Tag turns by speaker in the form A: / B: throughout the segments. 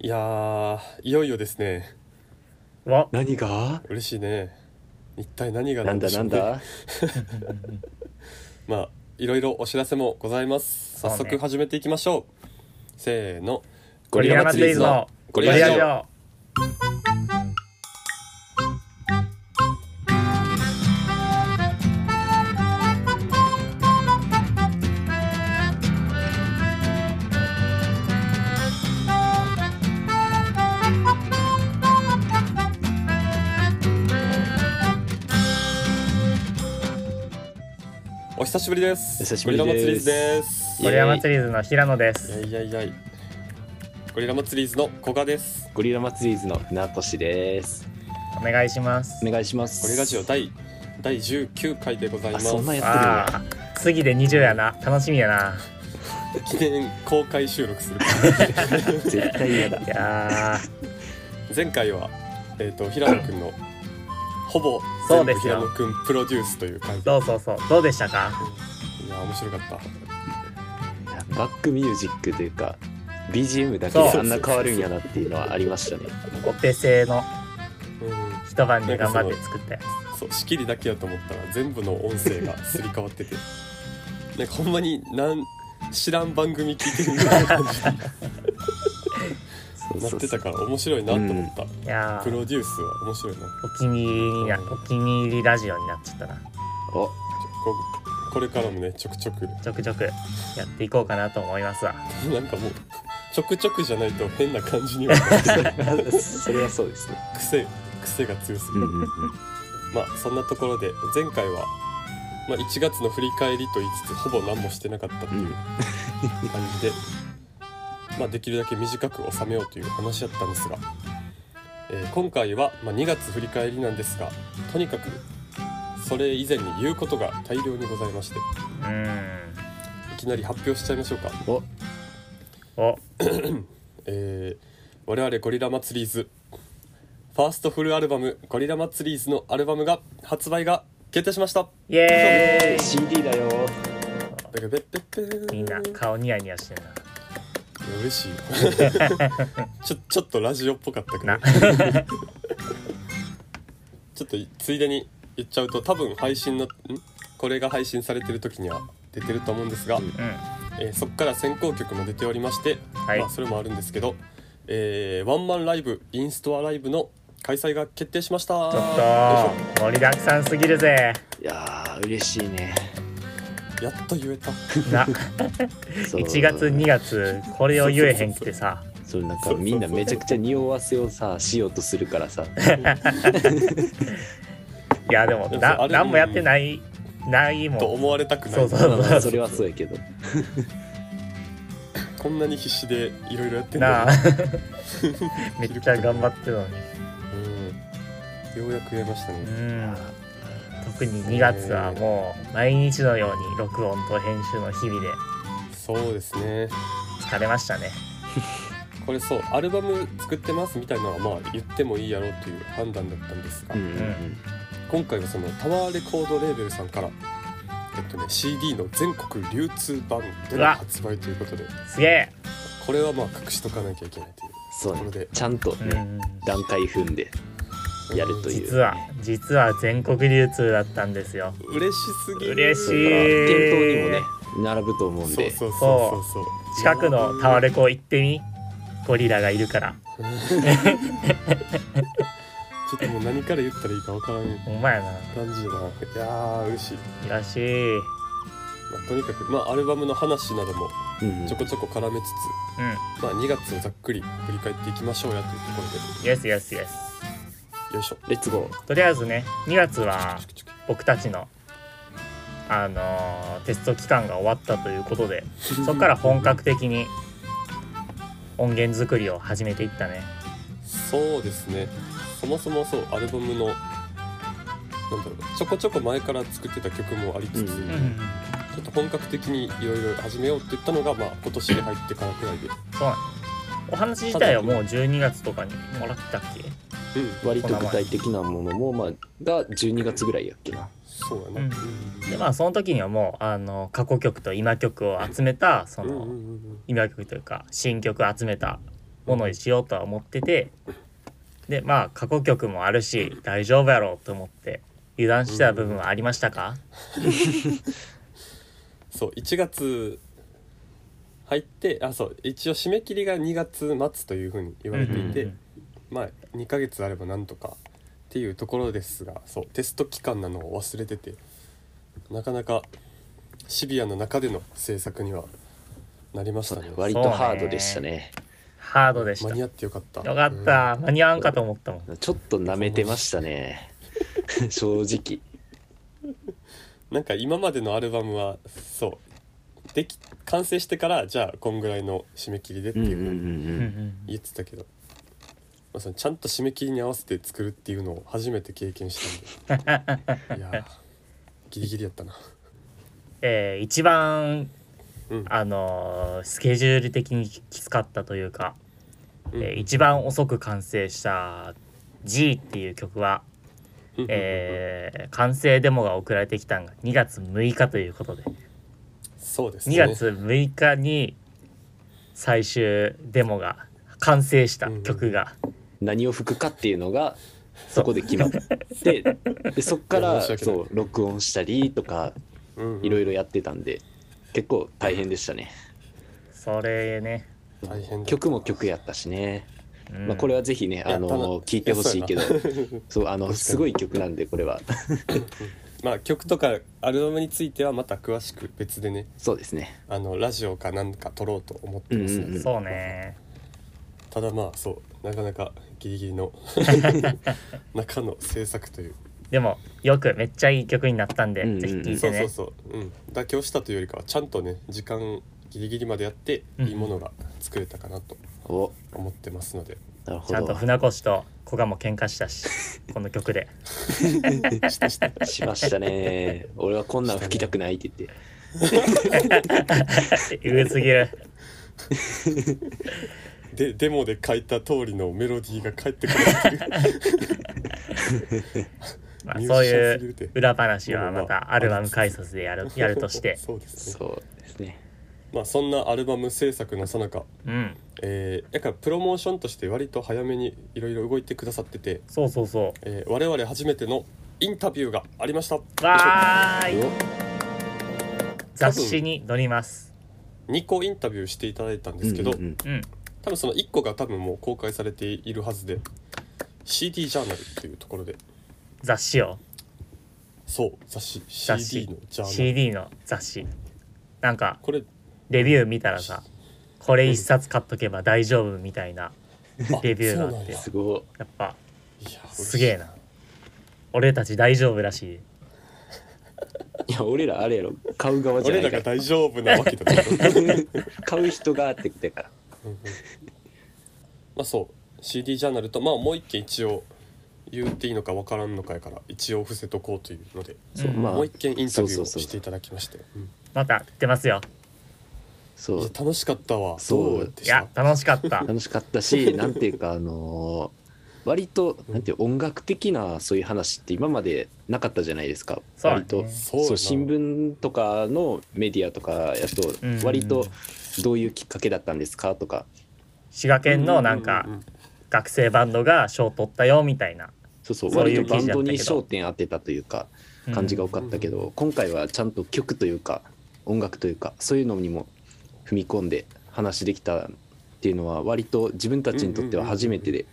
A: いやーいよいよですね
B: わ
C: 何が
A: 嬉しいね一体何が
C: なんだ
A: でし
C: な
A: ょうんね
C: だ
A: まあいろいろお知らせもございます
B: そうね
A: 早速始めていきましょうせーの
B: ゴリラマツイズの
A: ゴ
B: ゴ
A: リ
B: リ
A: ラ
B: ラ
A: ジ
B: ジ
A: オ
B: オ
A: お久しぶりです
C: お久しぶり
A: ゴ
C: です
A: リラ祭りーズです
C: イ
B: ゴリラマツイズの平野です
A: いやいやいやゴリラ祭りーズの古賀です
C: ゴリラ祭りーズの船越です
B: お願いします
C: お願いします
A: ゴリラジオ第第19回でございま
C: あ
A: す
C: そんなやってるん
B: あ
C: や
B: あ次で20やな楽しみやな
A: 記念公開収録する
C: 絶対嫌だ
B: いや
A: 前回はえっ、と平野くんのほぼ
B: そ
A: 全
B: うで
A: 部
B: す
A: 平
B: よ
A: 野くんプロデュースという回
B: ーそうそうそうどうでしたか
A: いや面白かった
C: バックミュージックというか BGM だけで
B: そう
C: あんな変わるんやなっていうのはありましたね
B: お手製の
A: うん
B: 一晩で頑張って作ったや
A: そう仕切りだけやと思ったら全部の音声がすり替わって てなんかほんまになん知らん番組聞いてるみたいな感じ
C: そう
A: にな
C: そ
A: っ
C: う
A: て
C: そ
A: た
C: う
A: から面白いなと思った、
B: ついや
A: プ
B: ー
A: ロデュースは面白いな
B: お気に入りになお気に入りラジオになっちゃったな
C: お
A: ここれからもねちょくちょく
B: ちょくちょくやっていこうかなと思いますわ
A: なんかもうちょくちょくじゃないと変な感じにはなる
C: それはそうですね
A: 癖癖が強すぎ
C: うんう
A: る、
C: んうん
A: まあそんなところで前回は、まあ、1月の振り返りと言いつつほぼ何もしてなかったっていう
C: うん
A: 感じで、まあ、できるだけ短く収めようという話だったんですが、えー今回は、まあ、2月振り返りなんですがとにかくそれ以前に言うことが大量にございまして
B: うーん
A: いきなり発表しちゃいましょうか、
C: お
B: お
A: えー我々ゴリラ祭りーズファーストフルアルバム「ゴリラ祭りーズ」のアルバムが発売が決定しました
B: イエー
C: CD だよ
A: ペペペペペー
B: イみんな顔ニヤニヤしてる
A: いや嬉しい ちょ ちょっとラジオっぽかったけど
B: な
A: ちょっとついでに言っちゃうと多分配信のんこれが配信されてる時には出てると思うんですが、
C: うん
B: な
A: えーそこから先行曲も出ておりまして、
B: はい
A: まあ、それもあるんですけど、えーワンマンライブインストアライブの開催が決定しました
B: うんちょっと盛りだくさんすぎるぜ
C: いやー嬉しいね
A: よいしょやっと言えた
B: な
C: そう
B: 1月2月これを言えへんくてさ
C: そうなんかみんなめちゃくちゃ匂わせをさしようとするから さ
B: いやでも
A: そう
B: な
A: あれ
B: 何もやってないない
A: と
B: もん
A: 思われたくない
B: そうそう
C: まあそれはそうやけど
A: こんなに必死でいろいろやってんだ
B: なあめっちゃ頑張ってるのに
A: うん、ようやく言えましたね、
B: うん特に2月はもう毎日のように録音と編集の日々で
A: そうですね
B: 疲れましたね
A: これそうアルバム作ってますみたいなのはまあ言ってもいいやろうという判断だったんですが、
C: うんうんうん
A: 今回はそのタワーレコードレーベルさんから、えっとね、CD の全国流通版で
B: う
A: の
B: わ
A: 発売ということです
B: げ
A: これはまあ隠しとかなきゃいけないという
C: そう
A: ところ
C: ね
A: で
C: ちゃんと
B: え、う
C: ね、
B: ん、
C: 段階踏んでやるという
B: 実は実は全国流通だったんですよ
A: 嬉しすぎる
B: 嬉し
C: そ
B: い
C: れから
B: へー
C: 店頭にもね並ぶと思うん
A: そう
C: で
A: そうそうそうそう
B: 近くのタワレコ行ってみゴリラがいるから
A: ちょっともう何から言ったらいいかわからん
B: ほんまやな
A: 感じだないやー嬉しい、ま
B: よしいうん
A: あ、とにかくまあアルバムの話なども
C: うんうん
A: ちょこちょこ絡めつつ、まあ、2月をざっくり振り返っていきましょうやというところで
B: イエスイエスイエス
A: よいしょ
C: レッツゴ
B: とりあえずね2月は
A: チクチクチク
B: 僕たちのあのーテスト期間が終わったということで
A: チク
B: そこから本格的に音源作りを始めていったね
A: そうですねそもそもそうアルバムのなんだろうちょこちょこ前から作ってた曲もありつつ、
C: うん
A: ちょっと本格的にいろいろ始めようって言ったのが、まあ、今年に入ってからくらいで、
B: そうなんお話自体はもう12月とかにもらったっけ
A: うん、
C: ー割と具体的なものも、まあ、が12月ぐらいやっけな
A: そうやな、
B: うん
A: うん
B: でまあその時にはもうあの過去曲と今曲を集めたそ
A: うんうん
B: の
A: うん
B: 今曲というか新曲を集めたものにしようとは思っててでまあ過去曲もあるし大丈夫やろうと思って油断してた部分はありましたか、
A: そう1月入ってあそう一応締め切りが2月末というふうに言われていて、
B: うんうん
A: まあ2ヶ月あればなんとかっていうところですがそうテスト期間なのを忘れててなかなかシビアの中での制作にはなりまし
C: そ
A: た
C: う
A: ね
C: ね割とハードでしたね
B: ハードでし
A: 間
B: た
A: に合
B: よ
A: ってよかった
B: かった、間に合わんかと思ったもん
C: ちょっと舐めてましたね 正直
A: うんなんか今までのアルバムはそうでき完成してからじゃあこんぐらいの締め切りでって
C: うんうん
A: いううふうに
B: うんうんん
A: 言ってたけど、まあ、そのちゃんと締め切りに合わせて作るっていうのを初めて経験した んでいやーギリギリやったな
B: えー一番、
A: うん
B: あのースケジュール的にきつかったというか、
A: うん
B: えー一番遅く完成した「G」っていう曲は、
A: うんうんうん
B: えー完成デモが送られてきたのが2月6日ということで
A: そうです
B: 2月6日に最終デモが完成した曲が、
C: 何を吹くかっていうのがそこで決まってでそっか
A: い
C: ら
A: や申し訳ない
C: そう録音したりとかい
A: い
C: ろいろやってたんで結構大変でしたね
B: それね、
A: 大変だ
C: 曲も曲やったしね、
B: うん
C: まあ、これはぜひね
A: いや
C: あ
A: ただ
C: の聴いてほしいけど
A: いやそうやな
C: そうあの
A: に
C: すごい曲なんでこれは
A: まあ曲とかアルバムについてはまた詳しく別でね
C: そうですね
A: あのラジオかなんか撮ろうと思ってますので、
C: うん
B: そうね
A: ただまあそうなかなかギリギリ の中の制作という
B: でもよくめっちゃいい曲になったんで、
C: うんうん
B: ぜひ聴い
A: そ
B: て
A: うそ
B: ね
A: うそう、うん、妥協したというよりかはちゃんとね時間ギリギリまでやって
B: うん
A: いいものが作れたかなと
C: お
A: 思ってますので、
C: なるほ
B: ちゃんと
C: ど
B: 船越と古賀も喧嘩したしこの曲で
A: したした
C: しましたね俺はこんなん吹きたくないって言って
B: えぐすぎる
A: でデモで書いた通りのメロディーが返ってくるって いう
B: まあ、
A: ミュ
B: そ
A: ー
B: う
A: ジシャン
B: い
A: すぎるて
B: う裏話はまたアルバム解説でやるやるとして
A: そうですね
C: そうですね
A: まあそんなアルバム制作の最中
B: うん
A: えー、やっぱプロモーションとして割と早めにいろいろ動いてくださってて、
B: そうそうそ
A: えー我々初めてのインタビューがありました
B: うわーい
C: お
B: 雑誌に載ります
A: 2個インタビューしていただいたんですけど、
C: うんうん
B: うん
A: 多分その1個が多分もう公開されているはずで CD ジャーナルっていうところで
B: 雑誌を
A: そう雑誌
B: 雑誌
A: CD のジャーナル
B: CD の雑誌なんか
A: これ
B: レビュー見たらさこれ一冊買っとけば大丈夫みたいな
A: あ
B: レビューがあって
A: そうなん
C: う
A: や
C: んすご
B: やっぱ
A: いや
B: すげえな俺たち大丈夫らしい
C: いいや俺らあれやろ買う側じゃな
A: 俺
C: い
A: ら
C: か
A: が
C: ら
A: 大丈夫なわけだけど
C: 買う人がって言ってから
A: まあそう CD ジャーナルとまあもう一件一応言っていいのか分からんのかやから一応伏せとこうというので、
C: そう
B: うん
C: まあ
A: もう一件インタビュー
C: そ
A: を
C: うそうそう
A: していただきましてうん
B: また出ますよ
C: そ
A: いや
C: う
A: 楽しかったわ
C: そう
A: どで
B: い
A: した
B: や楽し かった
C: 楽しかった しなんていうかあのー割となんていう音楽的なそういう話って今までなかったじゃないですか
B: そうだね
C: 割と
A: そうやな
C: そう新聞とかのメディアとかやと
B: うん
C: 割とどういうきっかけだったんですかとか
B: 滋賀県のなんか
A: うううん
B: 学生バンドが賞取ったよみたいな
C: そうそう
B: そう
C: 割
B: いう
C: とバンド
B: 記
C: に
B: 事だったけど
C: 焦点当てたというか感じが多かったけ
A: うん
C: ど今回はちゃんと曲というか音楽というかそういうのにも踏み込んで話できたっていうのは割と自分たちにとっては初めてで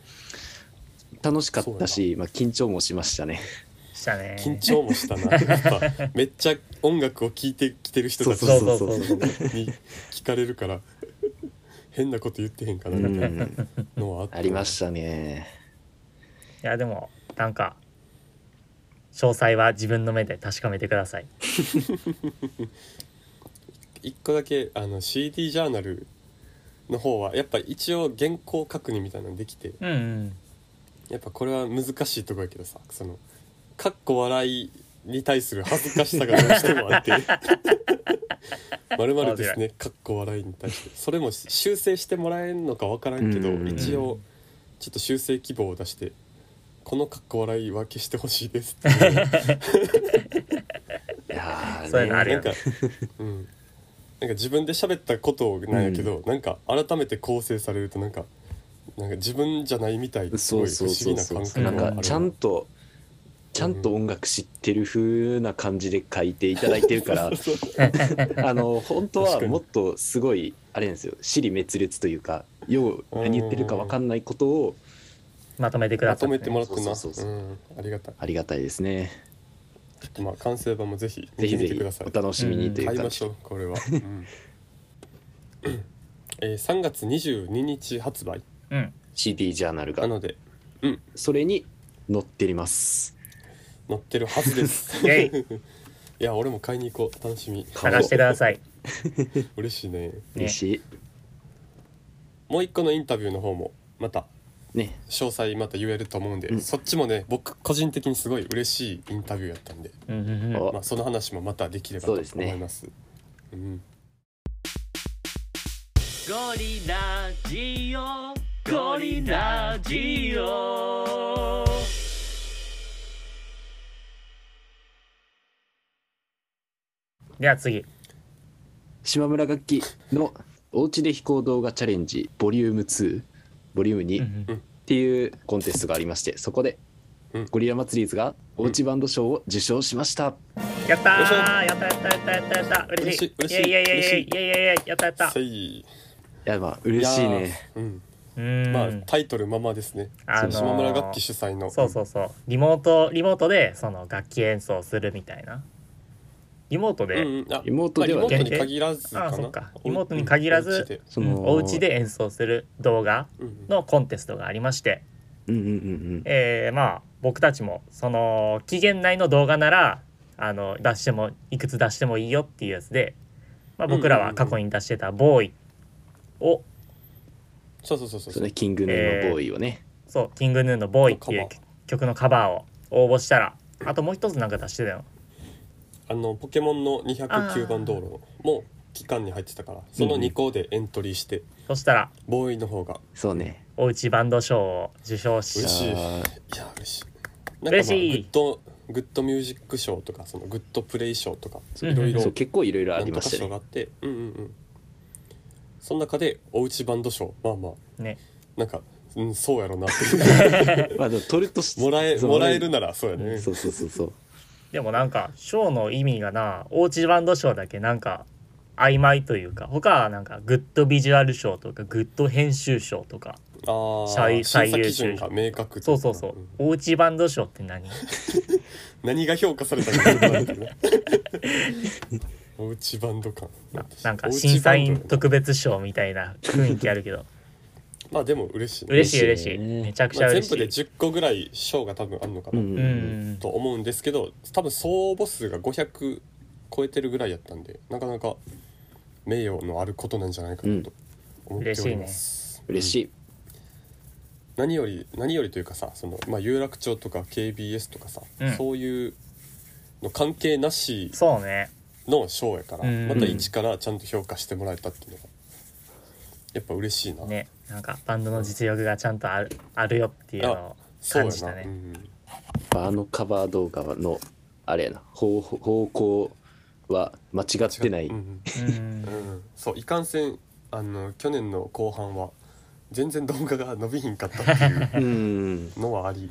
C: 楽しかったし、まあ、緊張もしましたね。
B: したね
A: 緊張もしたなやっぱめっちゃ音楽を聴いてきてる人たち
B: そうそうそうそう
A: に聞かれるから変なこと言ってへんかな
C: う
A: みたいなんのはあった
C: ありましたね。
B: いやでもなんか詳細は自分の目で確かめてください
A: 一個だけあの CD ジャーナルの方はやっぱ一応原稿確認みたいなのできて
B: うんうん
A: やっぱこれは難しいとこやけどさそのかっこ笑いに対する恥ずかしさがどうしてもあって「まるまるですねかっこ笑い」に対してそれも修正してもらえんのかわからんけど
C: うんうんうん
A: 一応ちょっと修正希望を出して「このかっこ笑いは消してほしいです」っていう
C: いやー
B: そういうのある
A: な
B: よ
A: ん
B: ね
A: か、うん、なんか自分で喋ったことなんやけど、なんか改めて構成されるとなんかなんか自分じゃないみたいです
C: そ
A: ご
C: う
A: い不
C: そう
A: 思
C: そ
A: 議
C: う
A: な
C: そう
A: 感覚
C: なん
A: があ
C: か
A: る
C: ちゃんとちゃんと音楽知ってる風な感じで書いていただいてるから
A: そうそう
C: あの本当
A: 確
C: は
A: かに
C: もっとすごいあれなんですよ尻滅裂というかよう何言ってるか分かんないことを
B: まとめてくだ
A: ま
B: さ
A: と
B: っ
A: め
B: て、
A: てもらってんな
C: そうそうそう
A: うんありがたい
C: ありがたいですね
A: ちょっとまあ完成版もぜひ
C: ぜ
A: 見て
C: ひ
A: み
C: ぜ
A: て
C: ひ
A: ください
C: お楽しみにという
A: 買い
C: か、
A: ましょうこれは、うんえー、3月22日発売
B: うん、
C: CD ジャーナル
A: な
C: が
A: ので
C: それに載ってります
A: 載ってるはずです
B: イェ
A: いや俺も買いに行こう楽しみ
C: 買おう
B: 探してく ださい、
A: 嬉しいね
B: ね
C: 嬉、しい
A: もう一個のインタビューの方もまた
C: ね
A: 詳細また言えると思うんで、
C: うん
A: そっちもね僕個人的にすごい嬉しいインタビューやったんで、
B: うんうんうん
C: お
A: まあ、その話もまたできればと
C: そうですね
A: 思いますうん
B: ゴリラジオゴリラジオでは次
C: 島村楽器のおうちで飛行動画チャレンジボリューム2ボリューム2、っていうコンテストがありましてそこで
A: うん
C: ゴリラ祭りーズがおうちバンド賞を受賞しました、
B: やったー
A: よいしょ
B: やったやったやったやったやった嬉しい
A: 嬉しい
B: やいやい
A: 嬉
B: や
A: し
B: い
A: い
B: やいやいやいややったやった
A: せい
C: いやまあ嬉しい
A: や
C: ね
A: ーうん
B: うーん
A: まあタイトルままですね、
B: あのー
A: 島村楽器主催の
B: そうそうそうリモートリモートでその楽器演奏するみたいなリモートで、
A: うんうんあ
C: 妹では
A: まあリモー
B: 限
A: ト
B: 定
A: に限らずか
B: あそ
A: な
B: っか
A: お
B: 妹に限らず
A: お家で
C: そ
B: うん
C: の
B: お家で演奏する動画
A: うんうん
B: のコンテストがありまして、
C: うんうんうん
B: えーまあ僕たちもその期限内の動画ならあの出してもいくつ出してもいいよっていうやつで、まあ、僕らは過去に出してた「ボーイ」を
A: そうそうそうそ
C: うん
A: う
C: それキングヌーのボーイをね、
B: そう「キングヌーの「ボーイ」ってい
A: カ
B: う
A: バー
B: 曲のカバーを応募したらあともう一つなんか出してたよ
A: あのポケモンの209番道路も期間に入ってたからその2校でエントリーして、
B: そしたら
A: ボーイの方が
C: そうね
B: おうちバンド賞を受賞
A: 嬉
B: し
A: しいい
C: あー
A: や嬉しいなんかまあグ
B: 嬉しい
A: ッドグッドミュージック賞とかそのグッドプレイ賞とか
B: うんう
A: い
B: ん
A: ろいろ
C: そう結構いろいろあ
A: なん
C: り
A: と
C: ま
A: か
C: した
A: 賞が
C: ね
A: あってうんうんうんその中でおうちバンド賞まあまあ
B: ね
A: なんか、うん、そうやろなって
C: まあでも取るとし
A: もらえ
C: そう
A: もらえるならそうやね
C: そうそうそうそう
B: でもなんか賞の意味がなおうちバンド賞だけなんか曖昧というか他はなんかグッドビジュアル賞とかグッド編集賞とか
A: あー
B: 最
A: 審
B: 最
A: 査
B: 優
A: 基
B: 秀
A: 準が明確
B: そうそうそう、
A: ん
B: おうちバンド賞っ て何
A: 何が評価されたのかよくわからんけどね おうちバンド感
B: ななん
A: お
B: か
A: うち
B: 審査
A: バ
B: 員
A: ンド
B: 特別賞みたいな雰囲気あるけど
A: まあでも 嬉しいね
B: 嬉しい嬉
C: 嬉
B: し
C: し
B: い
C: いね
B: めちゃくち
A: ま
B: ゃ
A: あ、全
B: 嬉
A: 部
B: しい、
A: で10個ぐらい賞が多分あるのか
C: う
A: な、
C: ん
B: う
C: うんん
A: と思うんですけど多分総母数が500超えてるぐらいやったんでなかなか名誉のあることなんじゃないかなと思っております、
C: 嬉しい
A: 何より何よりというかさその、まあ、有楽町とか KBS とかさ、
B: うん
A: そういうの関係なし
B: そうね
A: の賞やから、
B: うん
A: また一からちゃんと評価してもらえたっていうのがやっぱ嬉しいな、
B: ねなんかバンドの実力がちゃんとあるあるよっていうのを
A: そうや
B: 感
A: な
B: じたね
A: うん
C: あのカバー動画のあれやな方方向は間違ってない、
A: うん
B: うん
A: うんそういかんせんあの去年の後半は全然動画が伸びひんかったっていう
C: うんうん
A: のはあり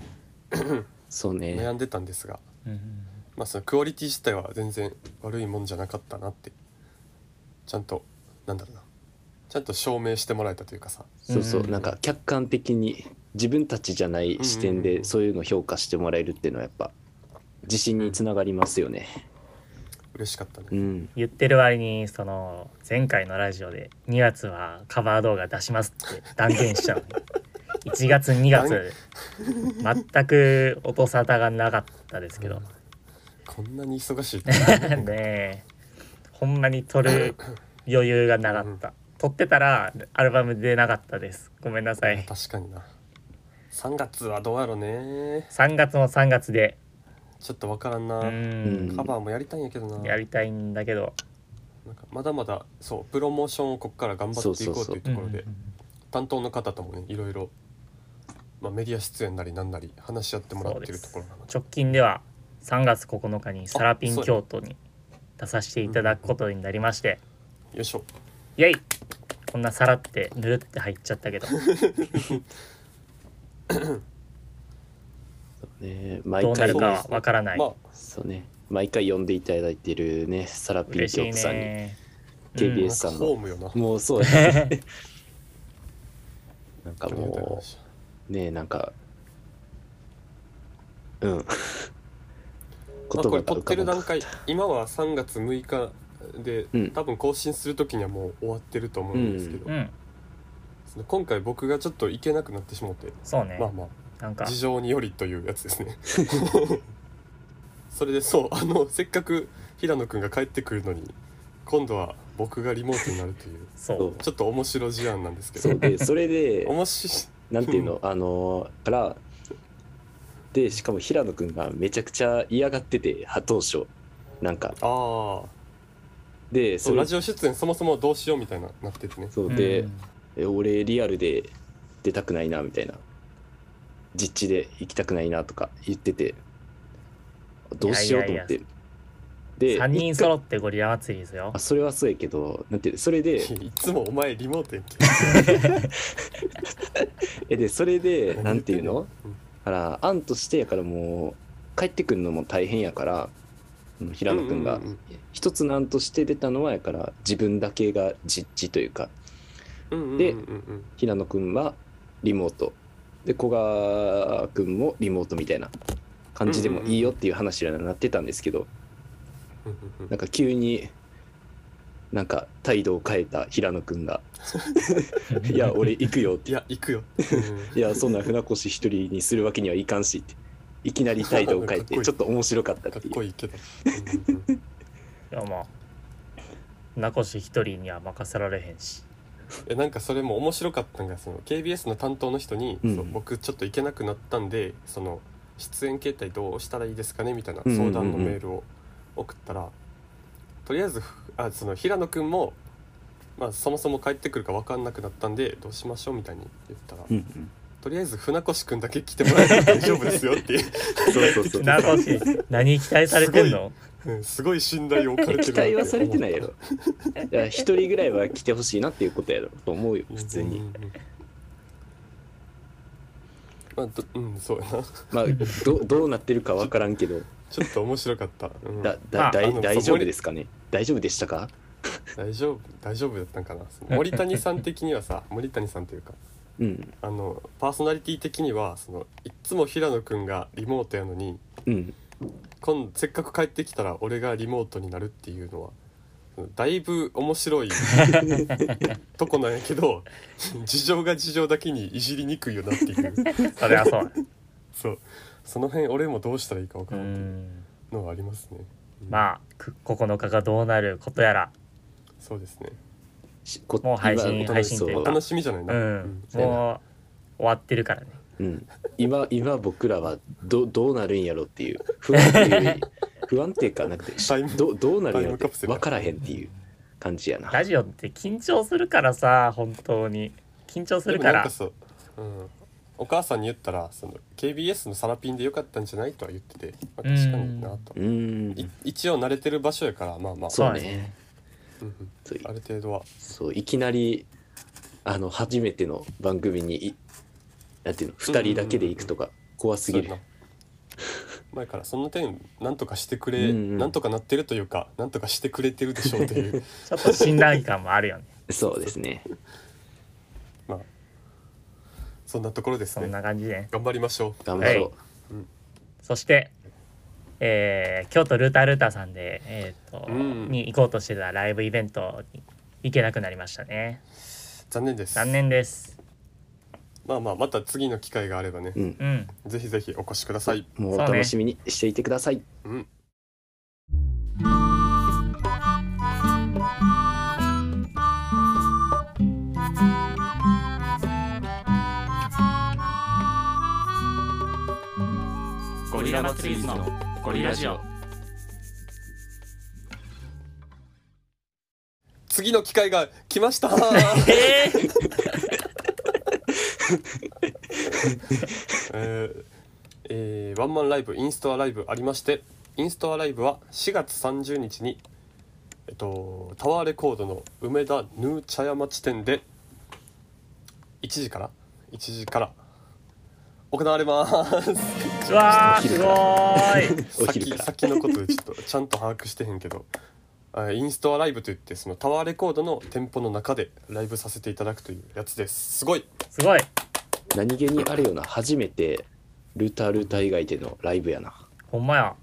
C: そう
A: 悩
C: ね
A: んでたんですが、
B: うん
A: まあ、そのクオリティ自体は全然悪いもんじゃなかったなってちゃんとなんだろうなちゃんと証明してもらえたというかさ
C: そうそう
B: うん
C: なんか客観的に自分たちじゃない視点
A: うんうんう
C: で
A: ん
C: そういうのを評価してもらえるっていうのはやっぱ自信につながりますよね
A: 嬉しかったね、
C: うん
B: 言ってる割にその前回のラジオで2月はカバー動画出しますって断言 したのに1月2月全く音沙汰がなかったですけど
A: こんなに忙しい
B: ねえほんまに撮る余裕がなかった撮ってたらアルバム出なかったですごめんなさい
A: 確かにな3月はどうやろね
B: 3月も3月で
A: ちょっとわからんな、
B: う
C: うん
B: ん
A: カバーもやりたいんやけどな
B: やりたいんだけど
A: なんかまだまだそうプロモーションをここから頑張っていこうというところで
B: うん
A: 担当の方ともねいろいろ、まあ、メディア出演なりなんなり話し合ってもらってるところなので
B: 直近では3月9日にサラピン京都に出させていただくことになりまして
A: よいしょ
B: イエイこんなさらってぬるって入っちゃったけど
C: ね毎
B: どうな
C: 回
B: るかはわからない、
A: まあ
C: そうね毎回呼んでいただいてるねサラピン
B: 嬉しい
C: 京子さんに
B: ね
C: KBS
A: なんか
C: さんの
A: ホームよな
C: もうそうだね
B: うん
C: なんかもうねなんかうん
A: まあ、
C: 言
A: これ
C: 葉
A: 撮
C: が
A: っ
C: 浮か
A: て
C: ば
A: る
C: なか
A: 段
C: った
A: 階今は3月6日で、
C: うん
A: 多分更新する時にはもう終わってると思うんですけど、
B: うん
A: その今回僕がちょっと行けなくなってしまって、
B: そうね
A: まあま
B: なん
A: あ
B: か
A: 事情によりというやつです ねそれでそうあのせっかく平野くんが帰ってくるのに今度は僕がリモートになるという
B: そう
A: ちょっと面白事案なんですけ
C: そう
A: ど
C: でそ れで
A: 面白
C: なんていうのあのからでしかも平野くんがめちゃくちゃ嫌がってては当初なんか
A: ああ
C: で
A: そ
C: そうれ
A: ラジオ出演そもそもどうしようみたいななっててね
C: そう
B: うん
C: で、え俺リアルで出たくないなみたいな実地で行きたくないなとか言っててどうしようと思ってで
B: 3人
C: 一回
B: 揃ってゴリラ祭りですよ
C: あそれはそうやけどなんていうそれで
A: いつもお前リモートやんけ
C: えでそれで
A: 何
C: な
A: 言
C: ん
A: ってて
C: いうん
A: の
C: のだから案としてやからもう帰ってくるのも大変やからうん平野君が
A: うんうんうん
C: 一つの案として出たのはやから自分だけが実地というか
A: うんうんうんうん
C: で
A: うん
C: 平野君はリモートで古賀君もリモートみたいな感じでもいいよっていう話にはなってたんですけど
A: うんうんうん
C: なんか急になんか態度を変えた平野君が「いや俺行くよ」って
A: いや行くよ、
C: いやそんな船越一人にするわけにはいかんしっていきなり態度を変え
A: かっこいい
C: てちょっと面白かったっ
A: かって
C: い
A: こ
C: う
A: いいけど、うんうんうん
B: でももう名越一人には任せられへんし
A: えなんかそれも面白かったんがその KBS の担当の人に、
C: うん
A: そう僕ちょっと行けなくなったんでその出演形態どうしたらいいですかねみたいな
C: うんうんうんう
A: 相
C: ん
A: 談のメールを送ったら、とりあえずふあその平野くんも、まあ、そもそも帰ってくるか分かんなくなったんでどうしましょうみたいに言ったら、
C: うん うん
A: とりあえず船越くんだけ来てもらえば大丈夫ですよっていう、
C: そうそう そう
B: 名越何期待されてんの
A: うんすごい信頼を置かれてるなって
C: 期待はされてないやろいや一人ぐらいは来てほしいなっていうことやろと思うよ
A: 思った
C: 普通に
A: うんうんうんまあどうんそう やな
C: まあどどうなってるかわからんけど
A: ちょっと面白かった、うん
C: だ
B: ま
C: だ
B: あ
C: だ
A: あ
C: い
A: の
C: 大丈夫ですかね大丈夫でしたか
A: 大丈夫大丈夫だったんかなその森谷さん的にはさ 森谷さんというか
C: うん
A: あのパーソナリティ的にはそのいっつも平野くんがリモートやのに
C: うん
A: 今せっかく帰ってきたら俺がリモートになるっていうのはうんだいぶ面 白いとこなんやけど 事情が事情だけにいじりにくいよなっていう
B: それはそう
A: そうその辺俺もどうしたらいいか分か
B: う
A: らんっていうんうのはありますね、うん
B: まあく9日がどうなることやら
A: そうですね
C: しこ
B: もう配信
C: 今お
B: 配信と
C: そう
B: いう
A: お
B: か
A: 楽しみじゃないうな、
B: ん
A: そうやな
B: もう終わってるからね
C: うん、今今僕らはどどうなるんやろっていう不安っていう不安定かなくてし
A: タイム
C: どどうなるんやろ
A: タイム
C: っ
A: カプセ
C: て
A: ル
C: 分からへんっていう感じやな。
B: ラジオって緊張するからさ本当に緊張す
A: で
B: る
A: も
B: か
A: なん
B: ら
A: かそう、うん、お母さんに言ったらその KBS のサラピンでよかったんじゃないとは言ってて、まあ、確かになと
C: う、ー
A: い
C: ん
A: 一応慣れてる場所やからまあまあ
C: そう
B: そうです
C: ね
B: ね
A: うんうん
C: そうい
A: ある程度は
C: そういきなりあの初めての番組にいなんていうの2人だけで行くとか怖すぎる
A: そうや。な前からその点なんとかしてくれ、
C: うんうん
A: なんとかなってるというかなんとかしてくれてるでしょうと いう
B: ちょっと信頼感もある よね
C: そうですね。
A: まあそんなところです
B: そん
A: ね
B: な感じでね
A: 頑張りましょう
C: 頑張ろう。
B: そして、えー京都ルータルータさんで、えーと
A: うん
B: に行こうとしてたライブイベントに行けなくなりましたね
A: 残念です
B: 残念です
A: まあまあまた次の機会があればね、
C: うん、
B: うん
A: ぜひぜひお越しください
C: もうお
B: そうね
C: 楽しみにしていてください。
A: うん
D: ゴリラ祭りズのゴリラジオ
A: 次の機会が来ました
B: えー
A: えーえーワンマンライブインストアライブありましてインストアライブは4月30日にっと、タワーレコードの梅田ヌー茶屋町店で1時から1時から行われます
B: うわー
C: 昼
B: す
C: か
B: ごーい
C: お昼
A: 先
C: から
A: 先のことでちょっとちゃんと把握してへんけどあインストアライブといってそのタワーレコードの店舗の中でライブさせていただくというやつですすごい
B: すごい
C: 何気にあるような初めてルータールーター以外でのライブやな
B: ほんまや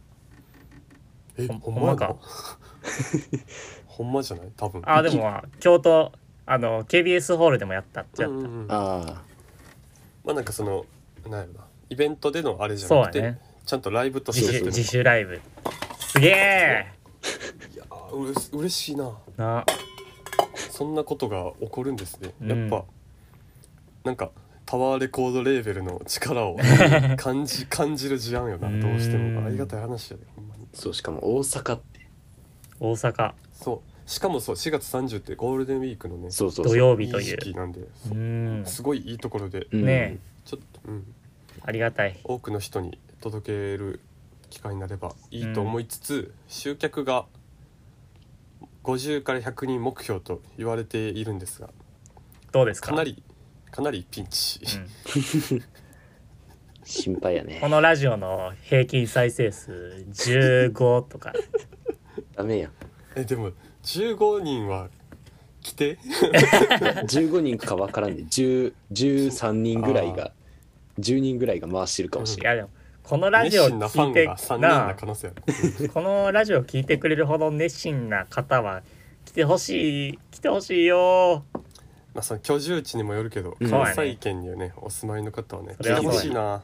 A: え
B: ほん
A: ほんまやな
B: ほんま
A: ほんまじゃない多分
B: あーでもまあ京都あの KBS ホールでもやったっちゃ
A: うんうんうんま
C: あ
A: あなんかそのなんやろなイベントでのあれじゃなくて、
B: そうやね
A: ちゃんとライブとし
B: 自
A: て
B: 主
A: って
B: 自主ライブすげえ
A: いやーうれし嬉しいな
B: な
A: そんなことが起こるんですね
B: うん
A: やっぱ、なんかタワーレコードレーベルの力 を感じ感じる事案よなどうして
B: うん
A: もありがたい話やでほんまに
C: あそうしかも大阪って
B: 大阪
A: そうしかもそう4月30ってゴールデンウィークのね
C: そうそうそう
B: 土曜
A: い
B: 日と
A: い
B: い
A: 時
B: う
A: 期なんで
B: うーん
A: すごいいいところで
C: うん
B: ね
A: ちょっと、うん、
B: ありがたい
A: 多くの人に届ける機会になればいいと思いつつ、集客が50から100人目標と言われているんですが
B: どうですか
A: かなりかなりピンチ、
B: う
C: 心配や
B: んこ
C: ね
B: のラジオの平均再生数15とか
C: ダメやん
A: えでも15人は来て
C: 15人かわからんで、ね、10 13人ぐらいが10人ぐらいが回してるかもし
B: い
C: れない、
B: やでもこのラジ
A: 熱
B: オ
A: 心なファ
B: 聞
A: ン
B: いて
A: が3人
B: な
A: な可能性ある
B: あこのラジオ聞いてくれるほど熱心な方は来てほしい来てほしいよ
A: まあその居住地にもよるけど
C: うん
A: 関西圏にはねお住まいの方はね
B: そ
A: 来
B: れ
A: て
B: はそう
A: ほしいな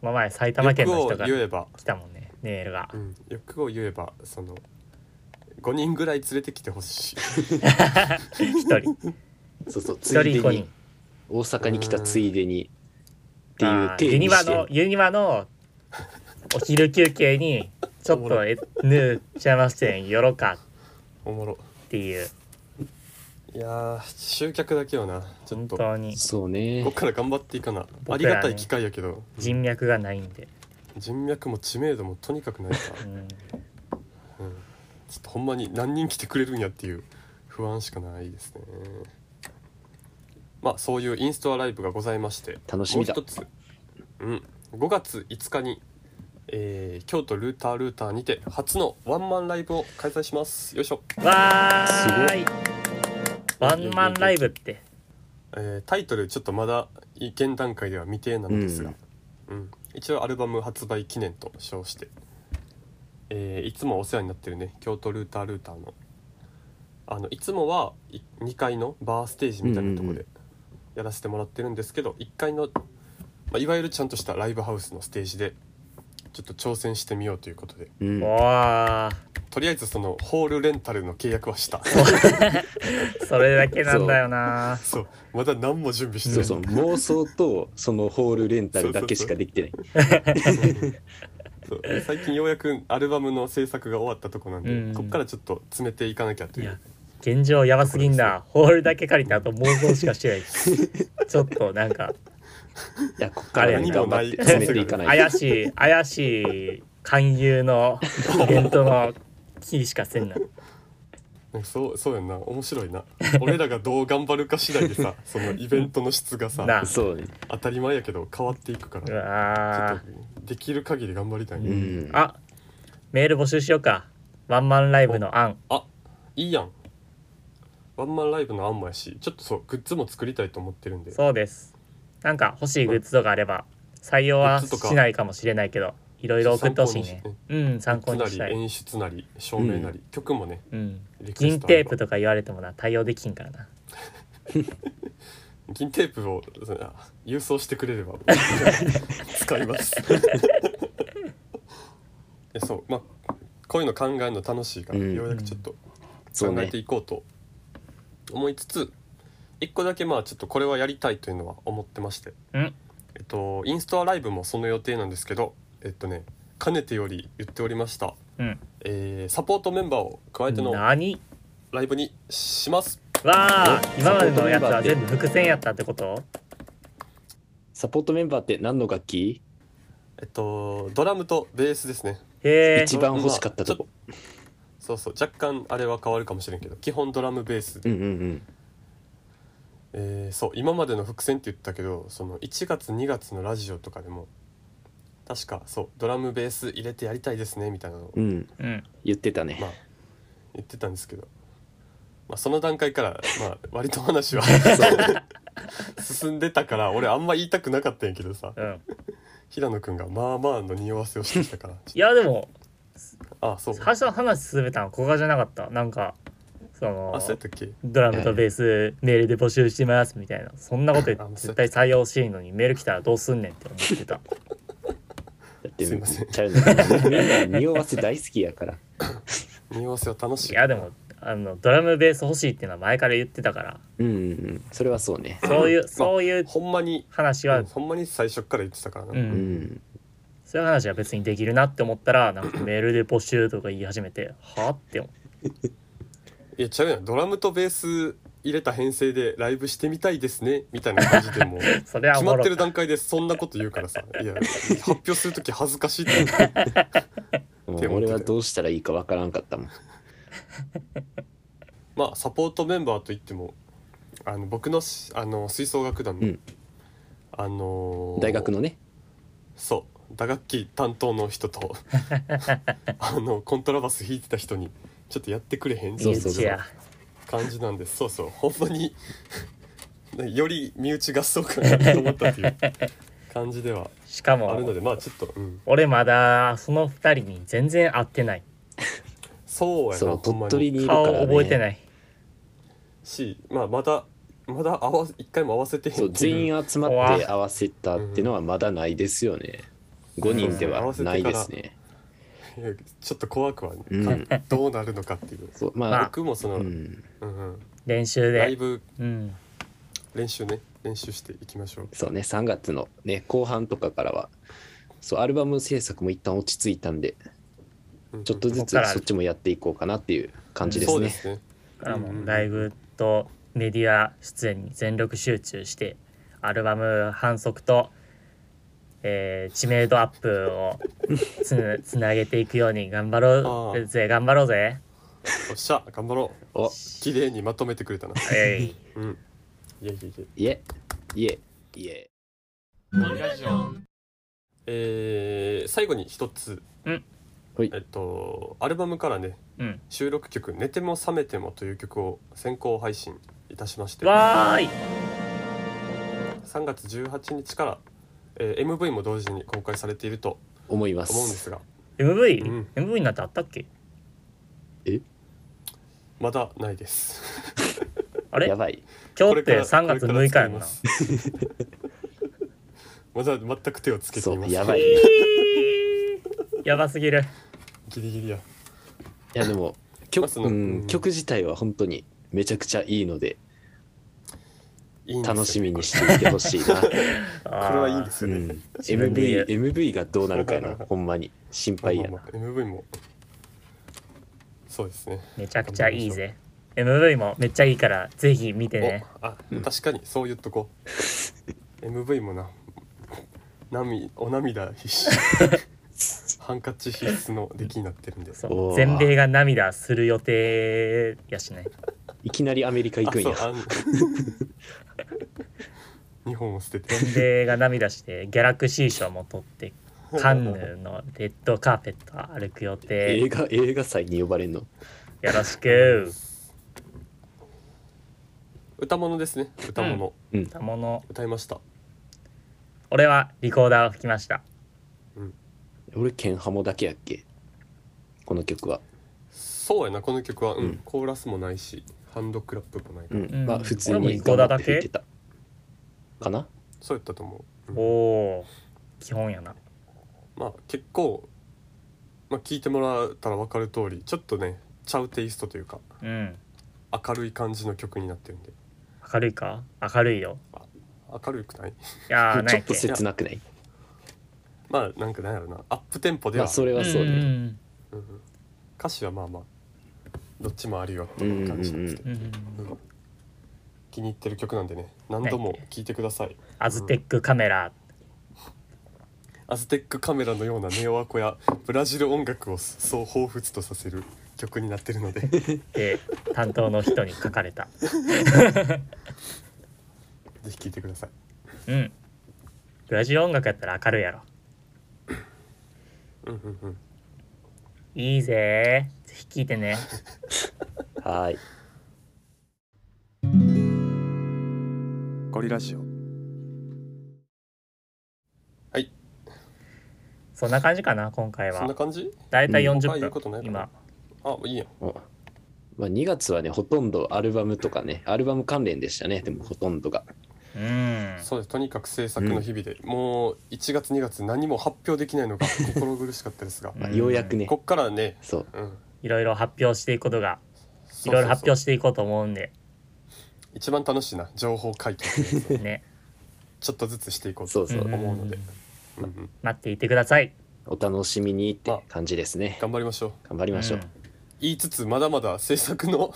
B: この前埼玉県
A: 欲
B: の
A: を
B: 人が
A: 言えば、
B: 来たもんねメールが
A: うん、欲を言えばその5人ぐらい連れてきてほしい
B: 一人
C: そうそうつ
B: 一
C: い
B: 人五
C: でに
B: 人
C: 大阪に来たついでにっていう
B: あーユニ
C: 手に
B: バ
C: して
B: のユニバのお昼休憩にちょっとえぬちゃましん寄ろか
A: おもろ
B: っていう
A: いやー集客だけはなちょっ
B: 本
A: と
B: 当に
C: そう
A: こ
C: ね
A: っから頑張っていかな、あ
B: 僕
A: り
B: らね
A: がたい機会やけど
B: 人脈がないんで、
A: 人脈も知名度もとにかくない から
B: うん、
A: ちょっとほんまに何人来てくれるんやっていう不安しかないですねまあそういうインストアライブがございまして
C: 楽しみだ
A: もう一つ、うん、5月5日に、えー京都ルータールーターにて初のワンマンライブを開催しますよいしょ、
B: わーいワンマンライブって
A: えータイトルちょっとまだ現段階では未定なのですが、うん、一応アルバム発売記念と称して、えーいつもお世話になってるね京都ルータールーターのあのいつもはい2階のバーステージみたいなとこ
C: うんうんう
A: でやらせてもらってるんですけど、1階の、まあ、いわゆるちゃんとしたライブハウスのステージでちょっと挑戦してみようということで
C: うん
B: おー
A: とりあえずそのホールレンタルの契約はした
B: それだけなんだよな
A: そうまだ何も準備してない
C: そうそう妄想とそのホールレンタルだけしかできてない
A: そう最近ようやくアルバムの制作が終わったとこなんで、
B: うん
A: こっからちょっと詰めていかなきゃと
B: い
A: い
B: や
A: う
B: 現状やばすぎんなホールだけ借りてあと妄想しかしてないちょっとなんか
C: いやこっからやね
A: 何も
C: 頑
A: な
C: 張
A: い
C: って詰めていかない
B: 怪しい怪しい勧誘のイベントの日しかせんな
A: なんかそうそうやんな面白いな俺らがどう頑張るか次第で さそのイベントの質がさ
B: な
C: とそうね
A: 当たり前やけど変わっていくか
B: う
A: ら
B: わ
A: ちょっ
B: ー
A: とできる限り頑張りたい、
C: う
A: ね
C: ん
B: あメール募集しようかワンマンライブの案
A: いいやんワンマンライブの案もやしちょっとそうグッズも作りたいと思ってるんで
B: そうですなんか欲しいグッズとかあれば採用は
A: グッズとか
B: しないかもしれないけどいろいろ送ってほしいねうん参考
A: つ
B: に
A: な
B: した
A: り
B: い、
A: 演出なり照明なり、曲もね
B: うん、
A: リクエス
B: 銀
A: トあれ
B: テー
A: ば
B: プとか言われてもな対応できんからな
A: 銀テープをそのあ郵送してくれ れば使います えそうまあこういうの考えるの楽しいから、
C: うん
A: ようやくちょっと
C: そう
A: 考え
C: ね
A: ていこうと思いつつ、一個だけまあちょっとこれはやりたいというのは思ってまして
B: うん
A: えっとインストアライブもその予定なんですけどえっとねかねてより言っておりました、
B: うん
A: えーサポートメンバーを加えての
B: 何
A: ライブにします
B: わあ
C: お
B: 今までのやつは全部伏線やったってこと
C: サポートメンバーって何の楽器
A: えっとドラムとベースですね
B: へえ
C: 一番欲しかったとこ
A: そうそう若干あれは変わるかもしれんけど基本ドラムベースで、
C: うんうんうん
A: えーそう今までの伏線って言ったけどその1月2月のラジオとかでも確かそうドラムベース入れてやりたいですねみたいなのを
C: うん
B: うん
C: 言ってたね、
A: まあ言ってたんですけど、まあ、その段階から、ま あ、割と話は 進んでたから俺あんま言いたくなかったんやけどさ
B: うん
A: 平野くんがまあまあの匂わせをしてきたから
B: いやでも
A: ああそう
B: 最初の話進めたのここじゃなかったなんかその
A: あそうやったっけ
B: ドラムとベースメールで募集してますみたいなそんなこと言って
A: あ
B: 絶対採用しいのにメール来たらどうすんねんって思ってた
C: だって
A: すいません
C: ちゃうのみんな匂わせ大好きやから
A: 匂わせは楽し
B: い
A: い
B: やでもあのドラムベース欲しいっていうのは前から言ってたから
C: うんうんうんそれはそうね
B: そういうそういう
A: ほんまに
B: 話は
A: うんほんまに最初っから言ってたからな、
B: う
C: うんん
B: そういう話は別にできるなって思ったらなんかメールで募集とか言い始めてはあって思う
A: いやちゃうやんドラムとベース入れた編成でライブしてみたいですねみたいな感じで も決
B: それはお
A: ま
B: も
A: っ
B: ろ
A: てる
B: かっ
A: 段階でそんなこと言うからさいや発表する時恥ずかしいって思 って
C: もう俺はどうしたらいいかわからんかったもん
A: まあサポートメンバーといってもあの僕のしあの吹奏楽団の、
C: うん
A: あのー
C: 大学のね
A: そう打楽器担当の人 とあのコントラバス弾いてた人にちょっとやってくれへん
B: た身内や
A: 感じなんですそうそうほんまに ねより身内合奏感がと思ったという感じでは
B: しか
A: あるの
B: も
A: でまあちょっと、うん、
B: 俺まだその2人に全然会ってない
A: そうやな
C: そう
A: ほんま
C: 鳥取にいるから、
B: 顔
C: ね、
B: 覚えて
C: い
B: ない
A: し、まあ、まだまだ合わ一回も合わせてへん
C: そう全員集まって合わせたってのはまだないですよね5人ではないですね
A: いやちょっと怖くは、ね
C: うん
A: かどうなるのかっていう
C: そうまあ、
B: まあ
A: 僕もその、
C: う
A: うん
C: ん、
A: うん、
B: 練習
A: ラ
B: で
A: イブ
B: うん
A: 練習ね練習していきましょう
C: そうね3月のね後半とかからはそうアルバム制作も一旦落ち着いたんで
A: うんうん
C: ちょっとずつ
B: ここから
C: そっちもやっていこうかなっていう感じで
A: そ
C: す
A: うで
C: ね。
A: すね
B: だから
A: う
B: も
A: んうん
B: うライブとメディア出演に全力集中してアルバム反則と、えー知名度アップをつ つなげていくように頑張ろ
A: ああ
B: うぜ頑張ろうぜ
A: おっしゃ頑張ろう
C: お
A: 綺麗にまとめてくれたな
B: えい
A: うんいやいやいや
C: いえいえいえ
D: ゴリラジオ
A: えー最後に一つ、
B: うん
C: はい
A: えっとアルバムからね
B: うん
A: 収録曲「寝ても覚めても」という曲を先行配信いたしまして3
B: わーい
A: 月18日から、えー MV も同時に公開されていると
C: 思いま。
A: 思うんですすが
B: MV?MV、
A: うん
B: MV なんてあったっけ
A: まだないです
B: あれ
C: やばい。
B: 今
A: これ
B: 日っ
A: から
B: て3月6日やんな
A: まだ全く手をつけて
C: そ
A: いま
C: う
A: す
C: やばい。
B: え
C: い
B: ーやばすぎる
A: ギリギリや
C: やでも
A: まあ
C: 曲,、
A: その
C: う
A: うん
C: ん、曲自体は本当にめちゃくちゃいいので
A: いいんですよ
C: 楽しみにしていてほしいな。
B: こ
A: これはいいんです
C: う
A: よね、
C: ん、
B: 自分で言
C: MV
B: う
C: MV がどうなるかやなほんまに心配や
A: まあま。あま
C: な
A: あ MV もそうですね
B: めちゃくちゃいいぜ MV もめっちゃいいからぜひ見てね
A: おあ確かにそう言っとこ う MV もな涙お涙必死ハンカチ必須の出来になってるんで
B: そ
C: お
B: う
C: ー
B: 全米が涙する予定やしね
C: いきなりアメリカ行くん
A: あそ
C: や。
A: うあん日本を捨てて
B: 全米が涙 してギャラクシー賞も取ってカンヌのレッドカーペット歩く予定
C: 映画映画祭に呼ばれるの。
B: よろしく
A: 歌物ですね歌物、
C: うん。
B: たもの
A: 歌いました
B: 俺はリコーダーを吹きました
C: 俺ケンハモだけやっけ。この曲は。
A: そうやなこの曲は、うん
C: うん
A: コーラスもないしハンドクラップもないか
C: う
A: ら、
C: ん。まあ
B: うん
C: 普通
B: 俺も
C: に
B: リコーダーだけ
C: 吹いてた。かな。
A: そうやったと思う、うん
B: おおー基本やな
A: まあ結構、まあ、聞いてもらったら分かる通りちょっとねちゃうテイストというか
B: うん
A: 明るい感じの曲になってるんで
B: 明るいか明るいよ
A: 明るくない
B: いやーな
C: ちょ
B: い
C: っと切なくない。
A: まあなんかなんやろなアップテンポで
C: ま
A: は、
C: あそれはそうね。
B: ね
A: うんうん歌詞はまあまあどっちもあるよっていう感じなんですけど、うん気に入ってる曲なんでね何度も聴いてください
B: アズテックカメラ
A: アズテックカメラのようなネオアコやブラジル音楽をそう彷彿とさせる曲になってるので
B: で担当の人に書かれた
A: ぜひ聴いてください
B: うんブラジル音楽やったら明るいやろ
A: うんうんうん
B: いいぜぜひ聴いてね
C: はーい。
A: ゴリラジオ
B: そんな感じかな今回
A: そんな
B: は
A: 感じ
B: だいたい
C: うん
A: 他言う
B: 40
A: ことな
B: 分
A: いかな
B: 今
A: あいいやん
C: おまあ、2月はね、ほとんどアルバムとかね、アルバム関連でしたね、でもほとんどが。
B: うん
A: そうですとにかく制作の日々で、もう1月2月何も発表できないのが心苦しかったですが
C: まあ、
B: うん
C: ようやくね、
A: こっからね、
C: そう、
A: うん、
B: いろいろ発表していくことがい
A: そうそうそう
B: ろいろ発表していこうと思う んで
A: 一番楽しいな情報解禁ってやつを
B: ね
A: ちょっとずつしていこう
C: そ
A: と
C: うそう
A: 思うので
B: ん
A: うんうん
B: 待っていてください
C: お楽しみにって感じですね。
A: 頑張りましょう
C: 頑張りましょう。
B: ん
A: 言いつつまだまだ制作の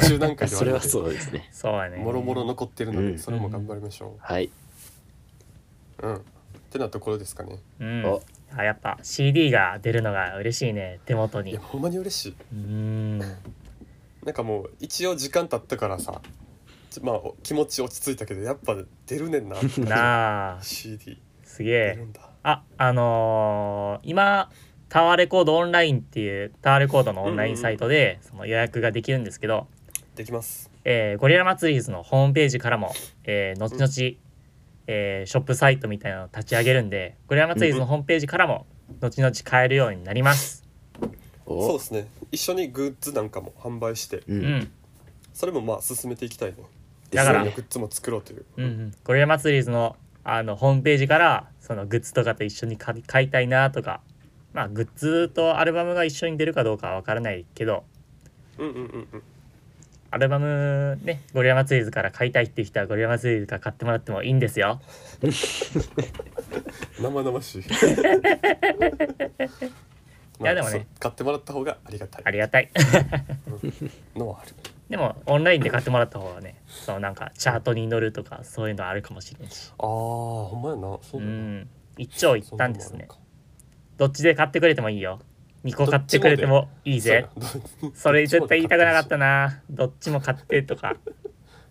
A: 途中段階ではあ
C: そ
A: る
C: れ
A: の
C: は
A: で
C: そうですね。
B: そうやね
A: もろもろ残ってるので、
C: うん
A: それも頑張りましょ
C: はい。
A: ううんってなところですかね
B: うん
C: お
B: あやっぱ CD が出るのが嬉しいね手元
A: い
B: に
A: やほんまに嬉しい
B: うん
A: なんかもう一応時間経ったからさちまあお気持ち落ち着いたけどやっぱ出るねんな
B: なあ
A: CD
B: す
A: 出
B: げ
A: る
B: え
A: んだ
B: ああのー今タワーレコードオンラインっていうタワーレコードのオンラインサイトでその予約ができるんですけど、
A: できます
B: えーゴリラ祭りズのホームページからも、えー後々、えーショップサイトみたいなのを立ち上げるんでゴリラ祭りズのホームページからも後々買えるようになります。
C: お
A: そうですね一緒にグッズなんかも販売して
B: う
C: う。
B: んん
A: それもまあ進めていきたいね
B: だから
A: グッズも作ろうという
B: うんうん、ゴリラ祭りズのあのホームページからそのグッズとかと一緒に買い買いたいなとか、まあ、グッズとアルバムが一緒に出るかどうかは分からないけど
A: うんうんうんうん
B: アルバムねゴリラ祭りズから買いたいっていう人はゴリラ祭りズから買ってもらってもいいんですよ。
A: 生々 しい
B: いやでもね
A: まあそう買ってもらった方がありがたい
B: ありがたい。
A: のはある
B: でもオンラインで買ってもらった方がねそのなんかチャートに載るとかそういうのあるかもしれんし
A: あーほんまやなそううだなん
B: 一長一短ですね
A: そ
B: どっちで買ってくれてもいいよ2個買ってくれてもいい
A: んな
B: ぜ
A: もんかそうやな
B: それ絶対言いたくなかったなどっちも買ってとか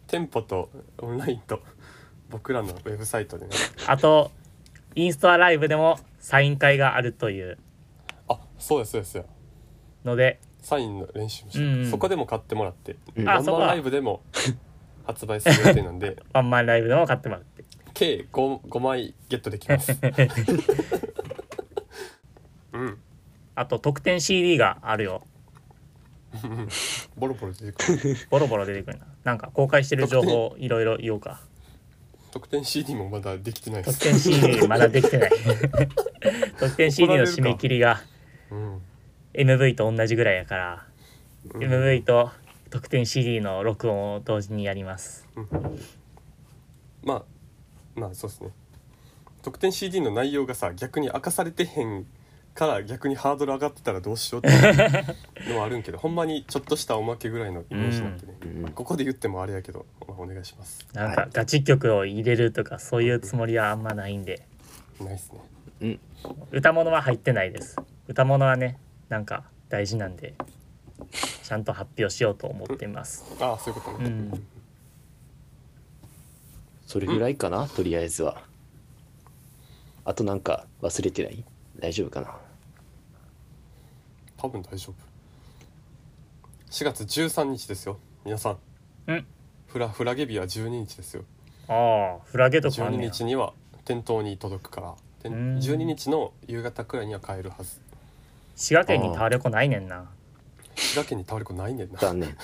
A: 店舗とオンラインと僕らのウェブサイトでね
B: あとインストアライブでもサイン会があるという
A: あそうやそうやそうや
B: ので
A: サインの練習もした、
B: うんうん
A: そこでも買ってもらって、
C: うん
A: ワ
B: あ
A: ン
B: そ
A: マ
B: こ
A: ンライ
B: は
A: ブでも発売する予定なん で
B: ワンマンライブでも買ってもらって
A: 計 5, 5枚ゲットできますうん
B: あと特典 CD があるよ
A: ボロボロ出てくる
B: ボロボロ出てくるななんか公開してる情報いろいろ言おうか
A: 特典 CD もまだできてないで
B: 特
A: す、
B: 典 CD まだで きてない特典 CD の締め切りが
A: うん、
B: MV と同じぐらいやから、
A: うん
B: MV と特典 CD の録音を同時にやります
A: まあまあそうですね特典 CD の内容がさ逆に明かされてへんから逆にハードル上がってたらどうしようっていうのはあるんけど ほんまにちょっとしたおまけぐらいのイメージなんでね、
C: うん
A: まあここで言ってもあれやけど、まあお願いします
B: なんかガチ曲を入れるとかそういうつもりはあんまないんで
A: ないっすね
C: うん。
B: 歌物は入ってないです歌物はねなんか大事なんでちゃんと発表しようと思ってます
A: ああそういうこと
B: う
A: ね、
B: ん
C: それぐらいかな、とりあえずは。あとなんか忘れてない大丈夫かな
A: 多分大丈夫4月13日ですよ皆さん、
B: うん
A: フラフラゲビは12日ですよ
B: ああフラゲとかあ
A: 12
B: んねや
A: 日には店頭に届くからてん
B: うん
A: 12日の夕方くらいには買えるはず
B: 滋賀県にタワレコないねんな
A: 滋賀県に倒れこないねんな、
C: 残念。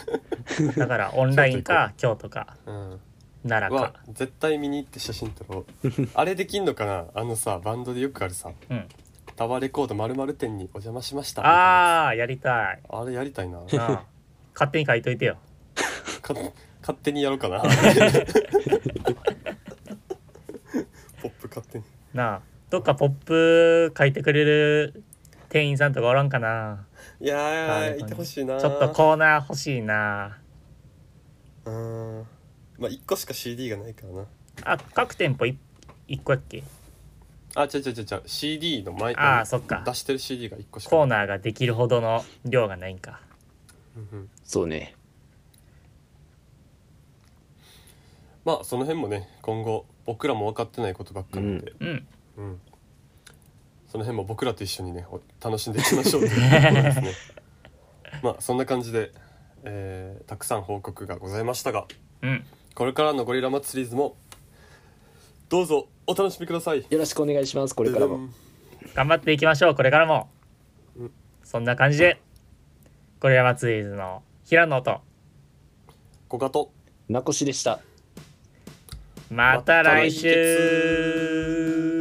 B: だからオンラインか京都か
A: うん、
B: 奈良
A: は
B: か
A: 絶対見に行って写真撮ろう あれできんのかなあのさバンドでよくあるさ
B: うん
A: タワーレコード〇〇店にお邪魔しましたみたいなや
B: ああやりたい
A: つあれやりたいな
B: な あ勝手に書いといてよ
A: か勝手にやろう かなポップ勝手に
B: なあどっかポップ書いてくれる店員さんとかおらんかない
A: や
B: タワーレ
A: ー
B: コに
A: 行ってほしいな
B: ちょっとコーナー欲しいな
A: うーんまあ1個しか CD がないからな
B: あ各店舗い一個やっけ
A: あ違う違う違う違う CD の前
B: あーそっか
A: 出してる CD が1個しか
B: コー
A: ない
B: ナーができるほどの量がないんか
A: うんうん
C: そうね
A: まあその辺もね今後僕らも分かってないことばっかなんで、
B: うん
A: うんその辺も僕らと一緒にねお楽しんでいきましょう ということですねまあそんな感じで、えーたくさん報告がございましたが
B: うん
A: これからのゴリラマッチシリーズもどうぞお楽しみください
C: よろしくお願いしますこれからも
B: 頑張っていきましょうこれからも、
A: うん
B: そんな感じでゴリラマツイズの平野と
A: 小賀と
C: なこしでした
B: ま
A: また
B: た来
A: 来
B: 週